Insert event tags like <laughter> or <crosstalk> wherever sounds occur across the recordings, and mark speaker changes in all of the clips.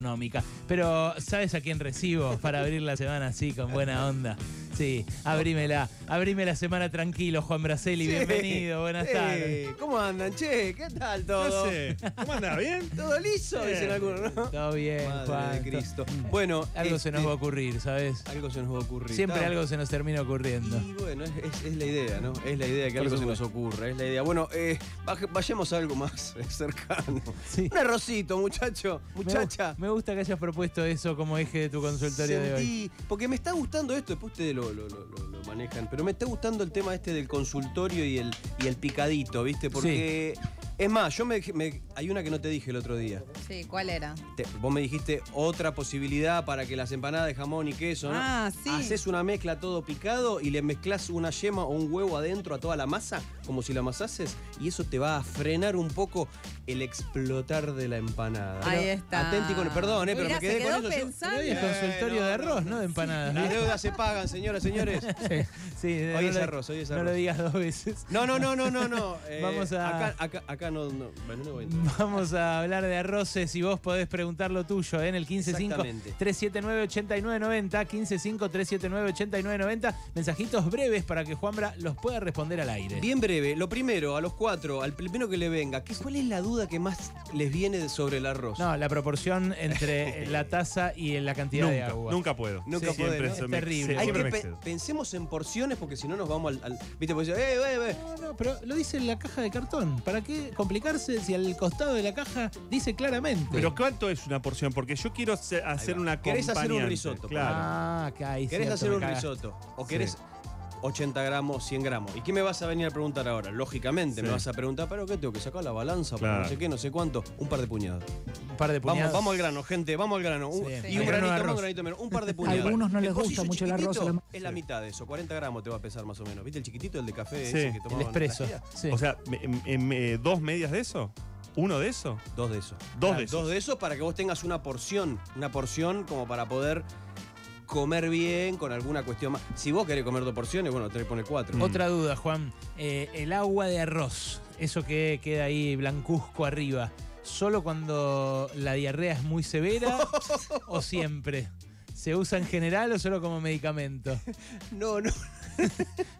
Speaker 1: económica. Pero ¿sabes a quién recibo para abrir la semana así, con buena onda? Sí, abrímela. Abrime la semana tranquilo, Juan Braceli.
Speaker 2: Che,
Speaker 1: Bienvenido, buenas
Speaker 2: eh,
Speaker 1: tardes.
Speaker 2: ¿Cómo andan, che? ¿Qué tal todo?
Speaker 3: No sé. ¿Cómo anda? ¿Bien?
Speaker 2: ¿Todo liso?
Speaker 3: Eh.
Speaker 2: Dicen algunos, ¿no?
Speaker 1: Todo bien, Juan.
Speaker 2: Madre de
Speaker 1: to-
Speaker 2: Cristo. Bueno,
Speaker 1: Algo se nos
Speaker 2: este,
Speaker 1: va a ocurrir, ¿sabes?
Speaker 2: Algo se nos va a ocurrir.
Speaker 1: Siempre
Speaker 2: Está-
Speaker 1: algo se nos termina ocurriendo.
Speaker 2: Y bueno, es, es- es la idea, ¿no? Es la idea que
Speaker 1: Por
Speaker 2: algo se nos
Speaker 1: supuesto.
Speaker 2: ocurra, es la idea. Bueno, eh, baje- vayamos a algo más <laughs> eh, cercano.
Speaker 1: Sí.
Speaker 2: Un arrocito, muchacho,
Speaker 1: Me gu-
Speaker 2: <laughs> muchacha.
Speaker 1: Me, gusta que hayas propuesto eso como eje de tu consultorio de hoy.
Speaker 2: Sentí- Porque me está gustando esto, después ustedes lo, lo- lo- lo- lo manejan, pero me está gustando el tema este del consultorio y el, y el picadito, ¿viste? Porque, es más, yo me, me- Hay una que no te dije el otro día.
Speaker 4: Sí, ¿cuál era?
Speaker 2: Te- vos me dijiste otra posibilidad para que las empanadas de jamón y queso, ¿no?
Speaker 4: Ah, sí.
Speaker 2: Haces una mezcla todo picado y le mezclas una yema o un huevo adentro a toda la masa, como si la amasases, y eso te va a frenar un poco el explotar de la empanada.
Speaker 4: Ahí está.
Speaker 2: Aténtico, perdón, eh, pero
Speaker 4: Mirá,
Speaker 2: me quedé
Speaker 4: se
Speaker 2: con
Speaker 4: quedó
Speaker 2: eso. Yo-
Speaker 4: pensando.
Speaker 1: Hoy es
Speaker 2: Eh,
Speaker 1: consultorio
Speaker 2: no,
Speaker 1: de
Speaker 2: no,
Speaker 1: arroz,
Speaker 2: no.
Speaker 1: no de empanadas.
Speaker 2: Las deudas se pagan, señoras, <laughs> señores.
Speaker 1: Sí, no
Speaker 2: Hoy
Speaker 1: lo-
Speaker 2: es arroz, hoy es
Speaker 1: No lo
Speaker 2: arroz.
Speaker 1: digas dos veces.
Speaker 2: No, no, no, no, no, no. Eh,
Speaker 1: Vamos a-
Speaker 2: Acá, acá, acá no, no. Bueno, no voy a entrar.
Speaker 1: Vamos a hablar de arroces y vos podés preguntar lo tuyo ¿eh? en el 155
Speaker 2: Exactamente.
Speaker 1: 379 8990 155 379 8990 Mensajitos breves para que Juanbra los pueda responder al aire.
Speaker 2: Bien breve, lo primero, a los cuatro, al primero que le venga, ¿qué- ¿cuál es la duda que más les viene de- sobre el arroz?
Speaker 1: No, la proporción
Speaker 2: <laughs>
Speaker 1: entre la taza y la cantidad de
Speaker 3: Nunca,
Speaker 1: agua.
Speaker 3: nunca puedo.
Speaker 2: Nunca
Speaker 3: Sí,
Speaker 2: puede,
Speaker 3: siempre
Speaker 2: ¿no?
Speaker 3: se
Speaker 1: Es
Speaker 3: me-
Speaker 1: terrible.
Speaker 3: se-
Speaker 2: Hay
Speaker 3: siempre
Speaker 2: que
Speaker 3: me
Speaker 2: pe-
Speaker 3: excedo.
Speaker 2: pensemos en porciones porque si no nos vamos al, al- viste pues, eh, eh, eh.
Speaker 1: No, no, pero lo dice en la caja de cartón. ¿Para qué complicarse si al costado de la caja dice claramente?
Speaker 3: Pero ¿cuánto es una porción? Porque yo quiero se- hacer
Speaker 2: va.
Speaker 3: una
Speaker 2: Querés hacer un
Speaker 3: acompañante,
Speaker 2: risotto,
Speaker 3: Claro.
Speaker 1: Ah, acá hay
Speaker 2: ¿Querés
Speaker 1: cierto,
Speaker 2: hacer
Speaker 1: me
Speaker 2: un
Speaker 1: cagaste.
Speaker 2: risotto? ¿O querés 80 gramos, 100 gramos? ¿Y qué me vas a venir a preguntar ahora? Lógicamente, me
Speaker 3: Sí.
Speaker 2: vas a preguntar, ¿pero qué tengo que sacar la balanza? Porque
Speaker 3: Claro.
Speaker 2: No sé qué, no sé cuánto. Un par de puñados.
Speaker 1: Un par de
Speaker 2: Vamos,
Speaker 1: puñados.
Speaker 2: vamos al grano, gente, vamos al grano.
Speaker 1: Sí.
Speaker 2: Un- Y un
Speaker 1: Al grano de
Speaker 2: granito, más,
Speaker 1: arroz.
Speaker 2: un granito menos, un par de puñados.
Speaker 5: Algunos no
Speaker 2: El
Speaker 5: les gusta
Speaker 2: pocillo
Speaker 5: mucho el arroz,
Speaker 2: chiquitito
Speaker 5: a lo-
Speaker 2: Es la mitad de eso, 40 gramos te va a pesar más o menos. ¿Viste el chiquitito, el de café?
Speaker 3: Sí.
Speaker 2: ese que
Speaker 3: El
Speaker 2: tomaban
Speaker 1: El
Speaker 2: en la
Speaker 1: expreso.
Speaker 2: tía?
Speaker 1: sí.
Speaker 3: O sea, me- em- em- eh, ¿dos medias de eso? ¿Uno de eso?
Speaker 2: Dos de esos.
Speaker 3: Dos de
Speaker 2: Claro,
Speaker 3: eso.
Speaker 2: Dos de esos para que vos tengas una porción, una porción como para poder comer bien con alguna cuestión más. Si vos querés comer dos porciones, bueno, tenés que poner cuatro.
Speaker 3: Mm.
Speaker 1: Otra duda, Juan. Eh, el agua de arroz, eso que queda ahí blancuzco arriba, ¿solo cuando la diarrea es muy severa o siempre? ¿Se usa en general o solo como medicamento?
Speaker 2: No, no.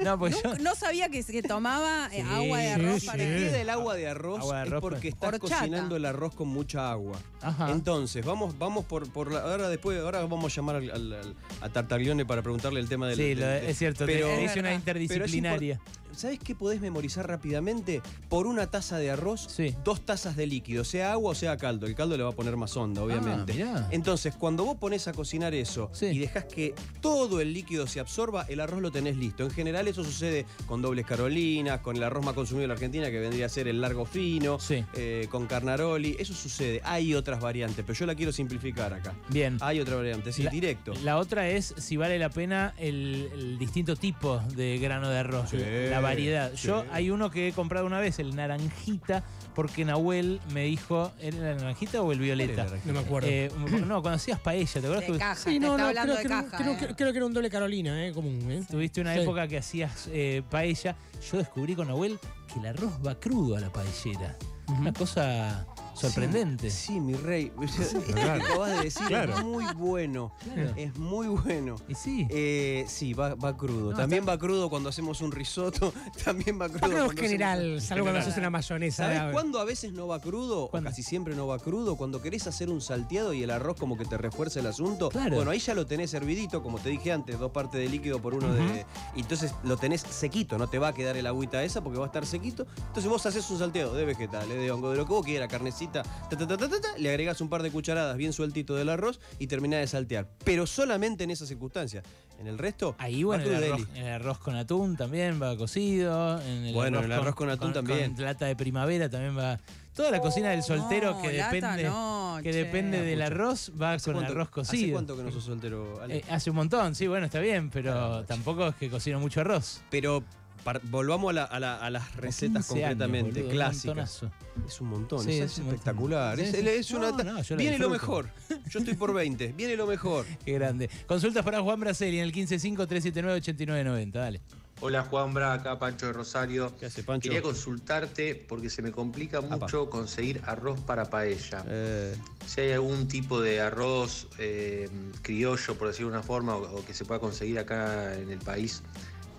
Speaker 1: No, pues yo.
Speaker 4: Nunca- no sabía que, se tomaba eh,
Speaker 1: Sí,
Speaker 4: agua de arroz
Speaker 1: sí,
Speaker 4: para...
Speaker 1: sí.
Speaker 2: Queda el agua de arroz,
Speaker 1: Agua de
Speaker 2: es
Speaker 1: arroz,
Speaker 2: porque
Speaker 1: pues.
Speaker 2: estás
Speaker 4: Horchata.
Speaker 2: cocinando el arroz con mucha agua.
Speaker 1: Ajá.
Speaker 2: Entonces, vamos, vamos por, por la. Ahora después, ahora vamos a llamar al, al- al- a Tartaglione para preguntarle el tema del.
Speaker 1: Sí,
Speaker 2: del-
Speaker 1: lo-
Speaker 2: del-
Speaker 1: es cierto,
Speaker 2: pero-
Speaker 1: te, te
Speaker 4: es
Speaker 1: hice una
Speaker 4: verdad.
Speaker 1: interdisciplinaria.
Speaker 2: ¿Sabes qué podés memorizar rápidamente? Por una taza de arroz,
Speaker 1: Sí.
Speaker 2: dos tazas de líquido, sea agua o sea caldo. El caldo le va a poner más onda, obviamente.
Speaker 1: Ah, mirá.
Speaker 2: Entonces, cuando vos pones a cocinar eso
Speaker 1: Sí.
Speaker 2: y dejás que todo el líquido se absorba, el arroz lo tenés listo. En general, eso sucede con dobles carolinas, con el arroz más consumido en la Argentina, que vendría a ser el largo fino,
Speaker 1: Sí.
Speaker 2: eh, con carnaroli. Eso sucede. Hay otras variantes, pero yo la quiero simplificar acá.
Speaker 1: Bien.
Speaker 2: Hay otra variante, sí,
Speaker 1: La-
Speaker 2: directo.
Speaker 1: La otra es si vale la pena el, el distinto tipo de grano de arroz,
Speaker 3: Sí,
Speaker 1: la variedad.
Speaker 3: sí.
Speaker 1: Yo hay uno que he comprado una vez, el naranjita, porque Nahuel me dijo, ¿era la naranjita o el violeta?
Speaker 5: No me acuerdo.
Speaker 1: Eh, no, cuando hacías paella, ¿te acuerdas?
Speaker 4: De
Speaker 1: que
Speaker 4: caja,
Speaker 5: sí, no,
Speaker 4: te está
Speaker 5: no,
Speaker 4: hablando
Speaker 5: creo, que
Speaker 4: de
Speaker 5: era un-
Speaker 4: caja.
Speaker 5: creo
Speaker 4: eh.
Speaker 5: que- creo que era un doble Carolina, ¿eh? Común, ¿eh?
Speaker 1: Tuviste una
Speaker 5: Sí.
Speaker 1: época que hacías eh, paella. Yo descubrí con Nahuel que el arroz va crudo a la paellera. Una cosa sorprendente.
Speaker 2: Sí, mi rey. Esto que <laughs>
Speaker 3: claro.
Speaker 2: acabas de decir
Speaker 3: Claro.
Speaker 2: es muy bueno.
Speaker 1: Claro.
Speaker 2: Es muy bueno.
Speaker 1: Y sí.
Speaker 2: Eh, sí, va, va crudo.
Speaker 1: No,
Speaker 2: también va crudo cuando hacemos un risotto. <laughs> También va crudo.
Speaker 5: Creo que
Speaker 2: cuando hacemos-
Speaker 5: general, salvo cuando
Speaker 3: general.
Speaker 5: haces una mayonesa. eh. de
Speaker 2: ¿Sabés
Speaker 5: ave.
Speaker 2: cuándo a veces no va crudo?
Speaker 1: ¿Cuándo?
Speaker 2: O casi siempre no va crudo. Cuando querés hacer un salteado y el arroz como que te refuerza el asunto.
Speaker 1: Claro.
Speaker 2: Bueno, ahí ya lo tenés hervidito, como te dije antes, dos partes de líquido por uno de. y Entonces lo tenés sequito, no te va a quedar el agüita esa porque va a estar sequito. Entonces vos haces un salteado de vegetales, de hongo, de lo que vos quieras, carnecita, ta, ta, ta, ta, ta, ta, le agregás un par de cucharadas bien sueltito del arroz y terminás de saltear. Pero solamente en esas circunstancias. En el resto.
Speaker 1: Ahí,
Speaker 2: va
Speaker 1: bueno, el
Speaker 2: crudeli.
Speaker 1: arroz, el arroz con atún también va cocido. En el
Speaker 2: Bueno, el arroz con atún también.
Speaker 1: Con lata de primavera también va. Toda la cocina del soltero
Speaker 4: No,
Speaker 1: que
Speaker 4: lata
Speaker 1: depende,
Speaker 4: no,
Speaker 1: que
Speaker 4: che.
Speaker 1: depende del arroz va
Speaker 2: ¿Hace
Speaker 1: con
Speaker 2: cuánto-
Speaker 1: arroz cocido.
Speaker 2: ¿Hace cuánto que no sos soltero, Ale?
Speaker 1: Eh, hace un montón, sí, bueno, está bien, pero
Speaker 2: Claro.
Speaker 1: tampoco es que cocino mucho arroz.
Speaker 2: Pero par- volvamos a, la- a la- a las recetas
Speaker 1: 15 años,
Speaker 2: concretamente,
Speaker 1: boludo, un
Speaker 2: clásicas.
Speaker 1: montonazo.
Speaker 2: Es un montón,
Speaker 1: Sí,
Speaker 2: es,
Speaker 1: es un montón.
Speaker 2: espectacular.
Speaker 1: Sí,
Speaker 2: es,
Speaker 1: sí.
Speaker 2: es una
Speaker 1: No,
Speaker 2: ta-
Speaker 1: no, yo la
Speaker 2: viene lo
Speaker 1: disfruto.
Speaker 2: mejor. Yo estoy por 20.
Speaker 1: <laughs>
Speaker 2: Viene lo mejor.
Speaker 1: Qué grande. Consultas para Juan Braceli en el 155 379 8990 Dale.
Speaker 6: Hola Juanbra, acá Pancho de Rosario.
Speaker 2: ¿Qué hace, Pancho?
Speaker 6: Quería consultarte porque se me complica
Speaker 2: Apa.
Speaker 6: mucho conseguir arroz para paella.
Speaker 2: Eh,
Speaker 6: Si hay algún tipo de arroz eh, criollo, por decirlo de una forma, o, o que se pueda conseguir acá en el país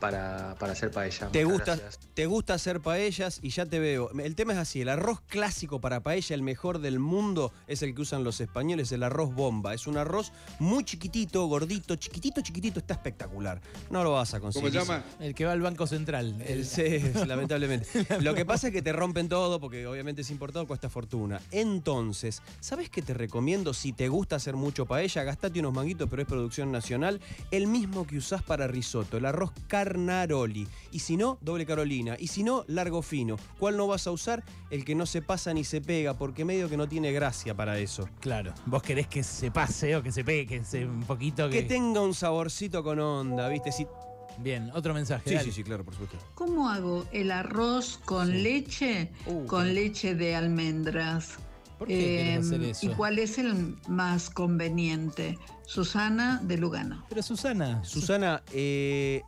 Speaker 6: para, para hacer paella.
Speaker 2: ¿Te
Speaker 6: Muchas
Speaker 2: gusta,
Speaker 6: gracias.
Speaker 2: te gusta hacer paellas y ya te veo. El tema es así, el arroz clásico para paella, el mejor del mundo, es el que usan los españoles, el arroz bomba. Es un arroz muy chiquitito, gordito, chiquitito, chiquitito, está espectacular. No lo vas a
Speaker 7: ¿Cómo
Speaker 2: conseguir.
Speaker 7: se llama?
Speaker 1: El que va al Banco Central.
Speaker 2: El CES, <laughs> lamentablemente. Lo que pasa es que te rompen todo porque obviamente es importado, cuesta fortuna. Entonces, ¿sabes qué te recomiendo? Si te gusta hacer mucho paella, gastate unos manguitos, pero es producción nacional. El mismo que usás para risotto, el arroz carnaroli. Y si no, doble carolina. Y si no, largo fino. ¿Cuál no vas a usar? El que no se pasa ni se pega, porque medio que no tiene gracia para eso.
Speaker 1: Claro. Vos querés que se pase o que se pegue, que se un poquito.
Speaker 2: Que
Speaker 1: Que...
Speaker 2: tenga un saborcito con onda, ¿viste? Sí,
Speaker 1: Bien, otro mensaje.
Speaker 2: sí,
Speaker 1: dale.
Speaker 2: sí, sí, claro, por supuesto.
Speaker 8: ¿Cómo hago el arroz con
Speaker 1: Sí.
Speaker 8: leche?
Speaker 2: Uh.
Speaker 8: con leche de almendras.
Speaker 1: ¿Por qué querés
Speaker 8: Em,
Speaker 1: hacer eso?
Speaker 8: ¿Y cuál es el más conveniente? Susana de Lugano.
Speaker 1: Pero Susana,
Speaker 2: <laughs> Susana, eh,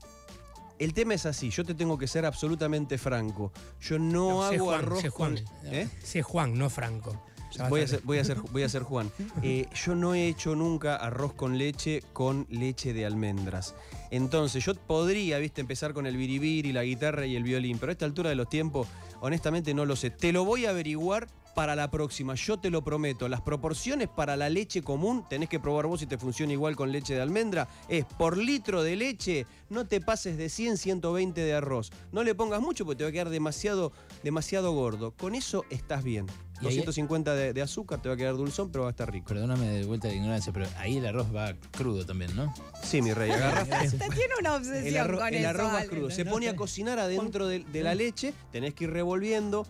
Speaker 2: el tema es así, yo te tengo que ser absolutamente franco. Yo no,
Speaker 5: No, sé
Speaker 2: hago
Speaker 5: Juan,
Speaker 2: arroz
Speaker 5: sé Juan.
Speaker 2: con- ¿Eh?
Speaker 5: Si es Juan, no Franco. Ya
Speaker 2: Voy a,
Speaker 5: bastante.
Speaker 2: ser, voy, a ser, voy a ser Juan. Eh, yo no he hecho nunca arroz con leche con leche de almendras. Entonces, yo podría, viste, empezar con el biribiri, la guitarra y el violín, pero a esta altura de los tiempos, honestamente no lo sé. Te lo voy a averiguar para la próxima, yo te lo prometo. Las proporciones para la leche común, tenés que probar vos si te funciona igual con leche de almendra, es por litro de leche, no te pases de 100, 120 de arroz. No le pongas mucho porque te va a quedar demasiado, demasiado gordo. Con eso estás bien.
Speaker 1: Y ahí-
Speaker 2: 250 de, de azúcar, te va a quedar dulzón, pero va a estar rico.
Speaker 1: Perdóname de vuelta de ignorancia, pero ahí el arroz va crudo también, ¿no?
Speaker 2: Sí, mi rey, agarra.
Speaker 4: Usted tiene una
Speaker 2: El
Speaker 4: obsesión
Speaker 2: arroz,
Speaker 4: con
Speaker 2: el
Speaker 4: eso.
Speaker 2: arroz más
Speaker 4: Ale.
Speaker 2: crudo. Se
Speaker 1: No,
Speaker 2: pone a
Speaker 1: no,
Speaker 2: cocinar adentro de, de la leche, tenés que ir revolviendo.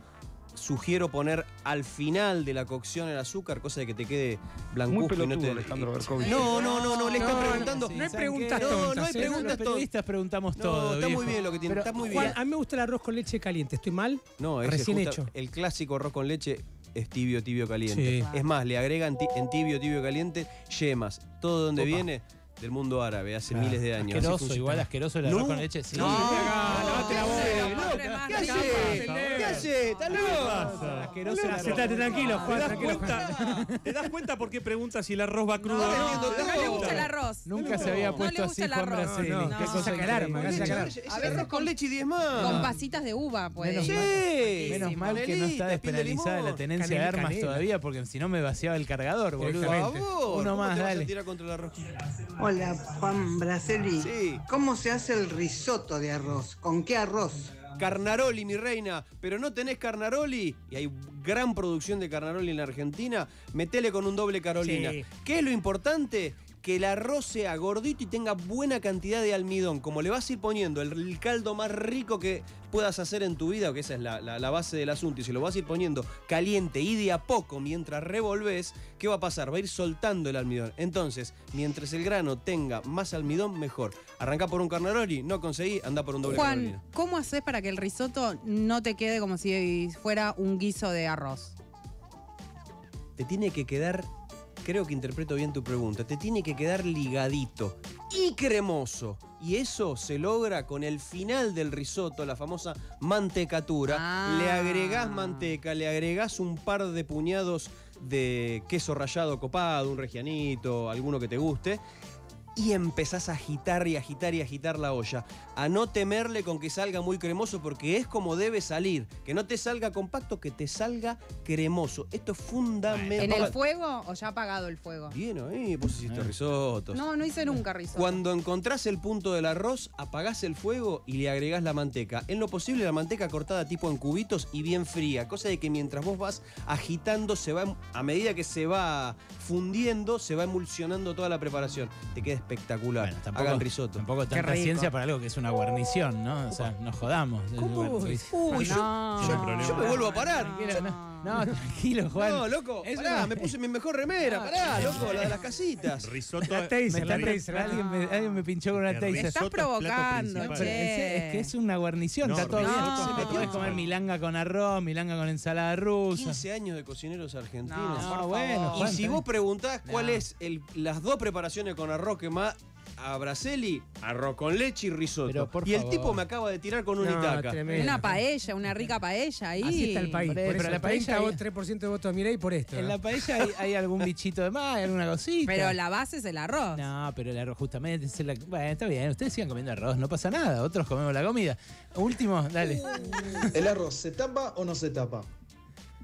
Speaker 2: Sugiero poner al final de la cocción el azúcar, cosa de que te quede
Speaker 9: Muy
Speaker 2: blancuzco y no
Speaker 9: pelotudo,
Speaker 2: te.
Speaker 9: Alejandro Berkovich.
Speaker 2: No, no, no, no, le
Speaker 5: No,
Speaker 2: están preguntando.
Speaker 5: no, no hay preguntas
Speaker 2: No,
Speaker 5: tontas,
Speaker 2: no hay
Speaker 5: ¿eh?
Speaker 1: Los
Speaker 2: preguntas tontas.
Speaker 1: periodistas preguntamos
Speaker 2: No,
Speaker 1: todo.
Speaker 2: está muy
Speaker 1: viejo.
Speaker 2: bien lo que tiene,
Speaker 1: Pero,
Speaker 2: está muy
Speaker 5: Juan,
Speaker 2: bien.
Speaker 5: a mí me gusta el arroz con leche caliente. ¿Estoy mal?
Speaker 2: No, ese
Speaker 5: Recién
Speaker 2: justa-
Speaker 5: hecho.
Speaker 2: El clásico arroz con leche es tibio, tibio, caliente.
Speaker 5: Sí.
Speaker 2: Es más, le agregan ti- en tibio, tibio, caliente yemas. Todo donde viene del mundo árabe, hace
Speaker 1: Claro.
Speaker 2: miles de años. Así
Speaker 1: Asqueroso,
Speaker 2: funciona.
Speaker 1: igual asqueroso el arroz
Speaker 2: No.
Speaker 1: con leche. Sí.
Speaker 2: No.
Speaker 5: lavate la boca.
Speaker 4: Otro más,
Speaker 2: ¿Qué
Speaker 4: otro
Speaker 2: hace?
Speaker 4: más.
Speaker 2: ¿Qué hace? ¿Estás loco?
Speaker 1: Asqueroso el arroz.
Speaker 5: Sentate tranquilo,
Speaker 3: ¿Te
Speaker 5: Juan.
Speaker 3: das
Speaker 5: tranquilo, Juan.
Speaker 3: cuenta? ¿Te das cuenta por qué preguntas si el arroz va crudo?
Speaker 4: No,
Speaker 2: vendiendo
Speaker 4: no, no le gusta el arroz.
Speaker 1: Nunca se había
Speaker 4: No
Speaker 1: puesto
Speaker 4: le
Speaker 1: así
Speaker 4: gusta el
Speaker 1: Juan
Speaker 4: arroz.
Speaker 1: Brasini.
Speaker 5: No,
Speaker 4: no.
Speaker 1: Qué cosa
Speaker 5: Saca el arma,
Speaker 1: increíble.
Speaker 5: saca el arma.
Speaker 2: Es
Speaker 4: A
Speaker 2: el
Speaker 4: veces
Speaker 2: arroz con
Speaker 4: con-
Speaker 2: leche y diez más.
Speaker 4: Con pasitas de uva, pues. puede.
Speaker 1: Menos
Speaker 2: Sí.
Speaker 1: mal.
Speaker 2: Sí.
Speaker 1: Menos mal que no está
Speaker 2: Canelita, piel de
Speaker 1: despenalizada
Speaker 2: limón.
Speaker 1: la tenencia de
Speaker 5: Canela,
Speaker 1: armas
Speaker 5: canela.
Speaker 1: todavía, porque si no me vaciaba el cargador,
Speaker 2: Por
Speaker 1: boludo.
Speaker 5: Directamente.
Speaker 2: favor,
Speaker 1: Uno
Speaker 2: ¿cómo
Speaker 1: más,
Speaker 2: te vas a
Speaker 1: dale.
Speaker 2: tirar contra el arroz?
Speaker 10: Hola, Juan Braceli.
Speaker 2: Sí.
Speaker 10: ¿Cómo se hace el risotto de arroz? ¿Con qué arroz?
Speaker 2: Carnaroli, mi reina, pero no tenés carnaroli, y hay gran producción de carnaroli en la Argentina, metele con un doble carolina.
Speaker 5: Sí.
Speaker 2: ¿Qué es lo importante? Que el arroz sea gordito y tenga buena cantidad de almidón. Como le vas a ir poniendo el, el caldo más rico que puedas hacer en tu vida, que esa es la, la- la base del asunto, y si lo vas a ir poniendo caliente y de a poco mientras revolves, ¿qué va a pasar? Va a ir soltando el almidón. Entonces, mientras el grano tenga más almidón, mejor. Arrancá por un carnaroli, no conseguí, anda por un doble
Speaker 4: Juan,
Speaker 2: carolina.
Speaker 4: ¿cómo haces para que el risotto no te quede como si fuera un guiso de arroz?
Speaker 2: te tiene que quedar, creo que interpreto bien tu pregunta, te tiene que quedar ligadito y cremoso. Y eso se logra con el final del risotto, la famosa mantecatura.
Speaker 4: Ah.
Speaker 2: Le agregás manteca, le agregás un par de puñados de queso rallado copado, un regianito, alguno que te guste. Y empezás a agitar y agitar y agitar la olla. A no temerle con que salga muy cremoso porque es como debe salir. Que no te salga compacto, que te salga cremoso. Esto es fundamental.
Speaker 4: ¿En el fuego o ya apagado el fuego?
Speaker 2: Bien ahí, vos hiciste
Speaker 1: Eh.
Speaker 2: risotos.
Speaker 4: No, no hice nunca risotto.
Speaker 2: Cuando encontrás el punto del arroz, apagás el fuego y le agregás la manteca. En lo posible, la manteca cortada tipo en cubitos y bien fría. Cosa de que mientras vos vas agitando, se va, em- a medida que se va fundiendo, se va emulsionando toda la preparación. Te queda espectacular.
Speaker 1: Bueno, tampoco,
Speaker 2: Hagan risotto.
Speaker 1: Tampoco tanta
Speaker 4: rico.
Speaker 1: ciencia para algo que es una guarnición, ¿no? O sea, nos jodamos. Bueno,
Speaker 2: Uy,
Speaker 1: sí.
Speaker 2: uy, yo,
Speaker 4: No,
Speaker 3: yo- yo- yo
Speaker 2: me vuelvo a parar.
Speaker 1: Tranquilo, no, no, <laughs> tranquilo, Juan. Ah,
Speaker 2: No, loco,
Speaker 1: Eso
Speaker 2: pará,
Speaker 1: no-
Speaker 2: me puse mi mejor remera, pará, loco, la de las casitas.
Speaker 3: Risotto.
Speaker 5: La taser,
Speaker 1: Me
Speaker 5: la
Speaker 1: está
Speaker 5: taser.
Speaker 1: pre- alguien, me, alguien me pinchó con una
Speaker 3: Qué
Speaker 1: taser.
Speaker 3: rico.
Speaker 4: Estás
Speaker 3: Risotto es plato
Speaker 4: provocando,
Speaker 3: principal.
Speaker 1: Pero
Speaker 4: che.
Speaker 1: es, es que es una guarnición,
Speaker 3: No,
Speaker 1: está todo
Speaker 3: risotto
Speaker 1: bien.
Speaker 4: es
Speaker 1: Se
Speaker 4: plato
Speaker 1: me puede
Speaker 4: principal.
Speaker 1: comer milanga con arroz, milanga con ensalada rusa.
Speaker 2: 15 años de cocineros argentinos.
Speaker 4: No,
Speaker 1: bueno,
Speaker 4: favor.
Speaker 2: Y
Speaker 1: Juan,
Speaker 2: si
Speaker 1: está
Speaker 2: vos
Speaker 1: bien.
Speaker 2: preguntás cuál
Speaker 1: No.
Speaker 2: es el- las dos preparaciones con arroz que más a Braceli, arroz con leche y risotto.
Speaker 1: Pero, por
Speaker 2: y el
Speaker 1: favor.
Speaker 2: tipo me acaba de tirar con un
Speaker 5: No,
Speaker 2: itaca.
Speaker 5: tremendo.
Speaker 4: Una paella, una rica paella ahí.
Speaker 5: Así está el país.
Speaker 1: Hombre,
Speaker 5: Por
Speaker 1: pero
Speaker 5: eso,
Speaker 1: la paella
Speaker 5: 30 o
Speaker 1: había-
Speaker 5: 3% de votos de Mireille por esto.
Speaker 1: En
Speaker 5: ¿eh?
Speaker 1: la paella hay, hay algún bichito de más, hay alguna cosita.
Speaker 4: Pero la base es el arroz.
Speaker 1: No, pero el arroz justamente es la- Bueno, está bien, ustedes sigan comiendo arroz, no pasa nada, otros comemos la comida. Último, dale.
Speaker 4: Uh.
Speaker 7: ¿El arroz se tapa o no se tapa?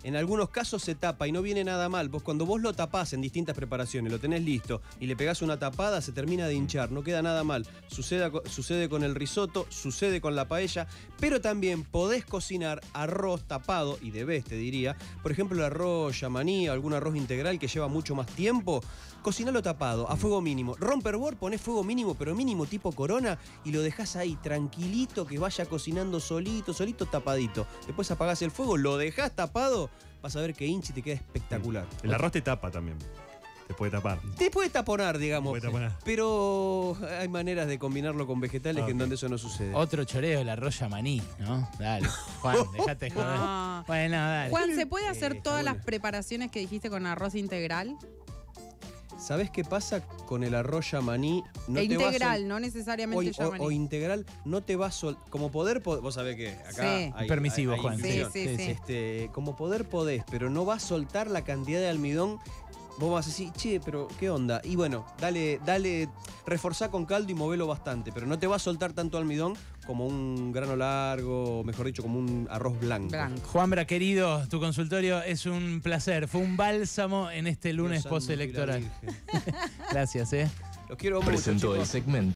Speaker 2: En algunos casos se tapa y no viene nada mal. Vos cuando vos lo tapás en distintas preparaciones, lo tenés listo y le pegás una tapada, se termina de hinchar, no queda nada mal. Suceda co- sucede con el risotto, sucede con la paella, pero también podés cocinar arroz tapado, y debés, te diría. Por ejemplo, el arroz yamaní, algún arroz integral que lleva mucho más tiempo, cocinalo tapado, a fuego mínimo. Romperbor, ponés fuego mínimo, pero mínimo tipo corona, y lo dejás ahí, tranquilito, que vaya cocinando solito, solito tapadito. Después apagás el fuego, lo dejás tapado, vas a ver que hinche y te queda espectacular.
Speaker 3: El arroz te tapa también. Te puede tapar.
Speaker 2: Te puede taponar, digamos.
Speaker 3: Te puede taponar.
Speaker 2: Pero hay maneras de combinarlo con vegetales
Speaker 3: Ah,
Speaker 2: que en
Speaker 3: ok.
Speaker 2: donde eso no sucede.
Speaker 1: Otro choreo, el arroz yamaní, ¿no?
Speaker 4: <laughs>
Speaker 1: Dale. Juan, dejate de joder.
Speaker 4: No.
Speaker 1: Bueno, dale.
Speaker 4: Juan, ¿se puede hacer
Speaker 1: Eh,
Speaker 4: todas
Speaker 1: está
Speaker 4: las preparaciones que dijiste con arroz integral?
Speaker 2: ¿Sabés qué pasa con el arroz yamaní?
Speaker 4: E
Speaker 2: te vas a-
Speaker 4: integral, no
Speaker 2: o,
Speaker 4: necesariamente
Speaker 2: o-
Speaker 4: llaman.
Speaker 2: o integral no te va a sol- como poder po- vos sabés que acá
Speaker 4: Sí.
Speaker 2: hay-
Speaker 1: Permisivo,
Speaker 2: hay- hay
Speaker 1: Juan.
Speaker 4: sí,
Speaker 2: intención.
Speaker 4: sí,
Speaker 1: sí,
Speaker 4: sí.
Speaker 1: sí.
Speaker 2: Este, como poder podés, pero no va a soltar la cantidad de almidón. Vos vas a decir, che, pero ¿qué onda? Y bueno, dale, dale, reforzá con caldo y movelo bastante, pero no te va a soltar tanto almidón como un grano largo, o mejor dicho, como un arroz blanco.
Speaker 4: Blanco.
Speaker 1: Juanbra, querido, tu consultorio es un placer. Fue un bálsamo en este lunes
Speaker 2: Dios santo y la
Speaker 1: postelectoral.
Speaker 2: Virgen.
Speaker 1: Gracias, ¿eh?
Speaker 2: Los quiero mucho, chicos.
Speaker 7: segmento.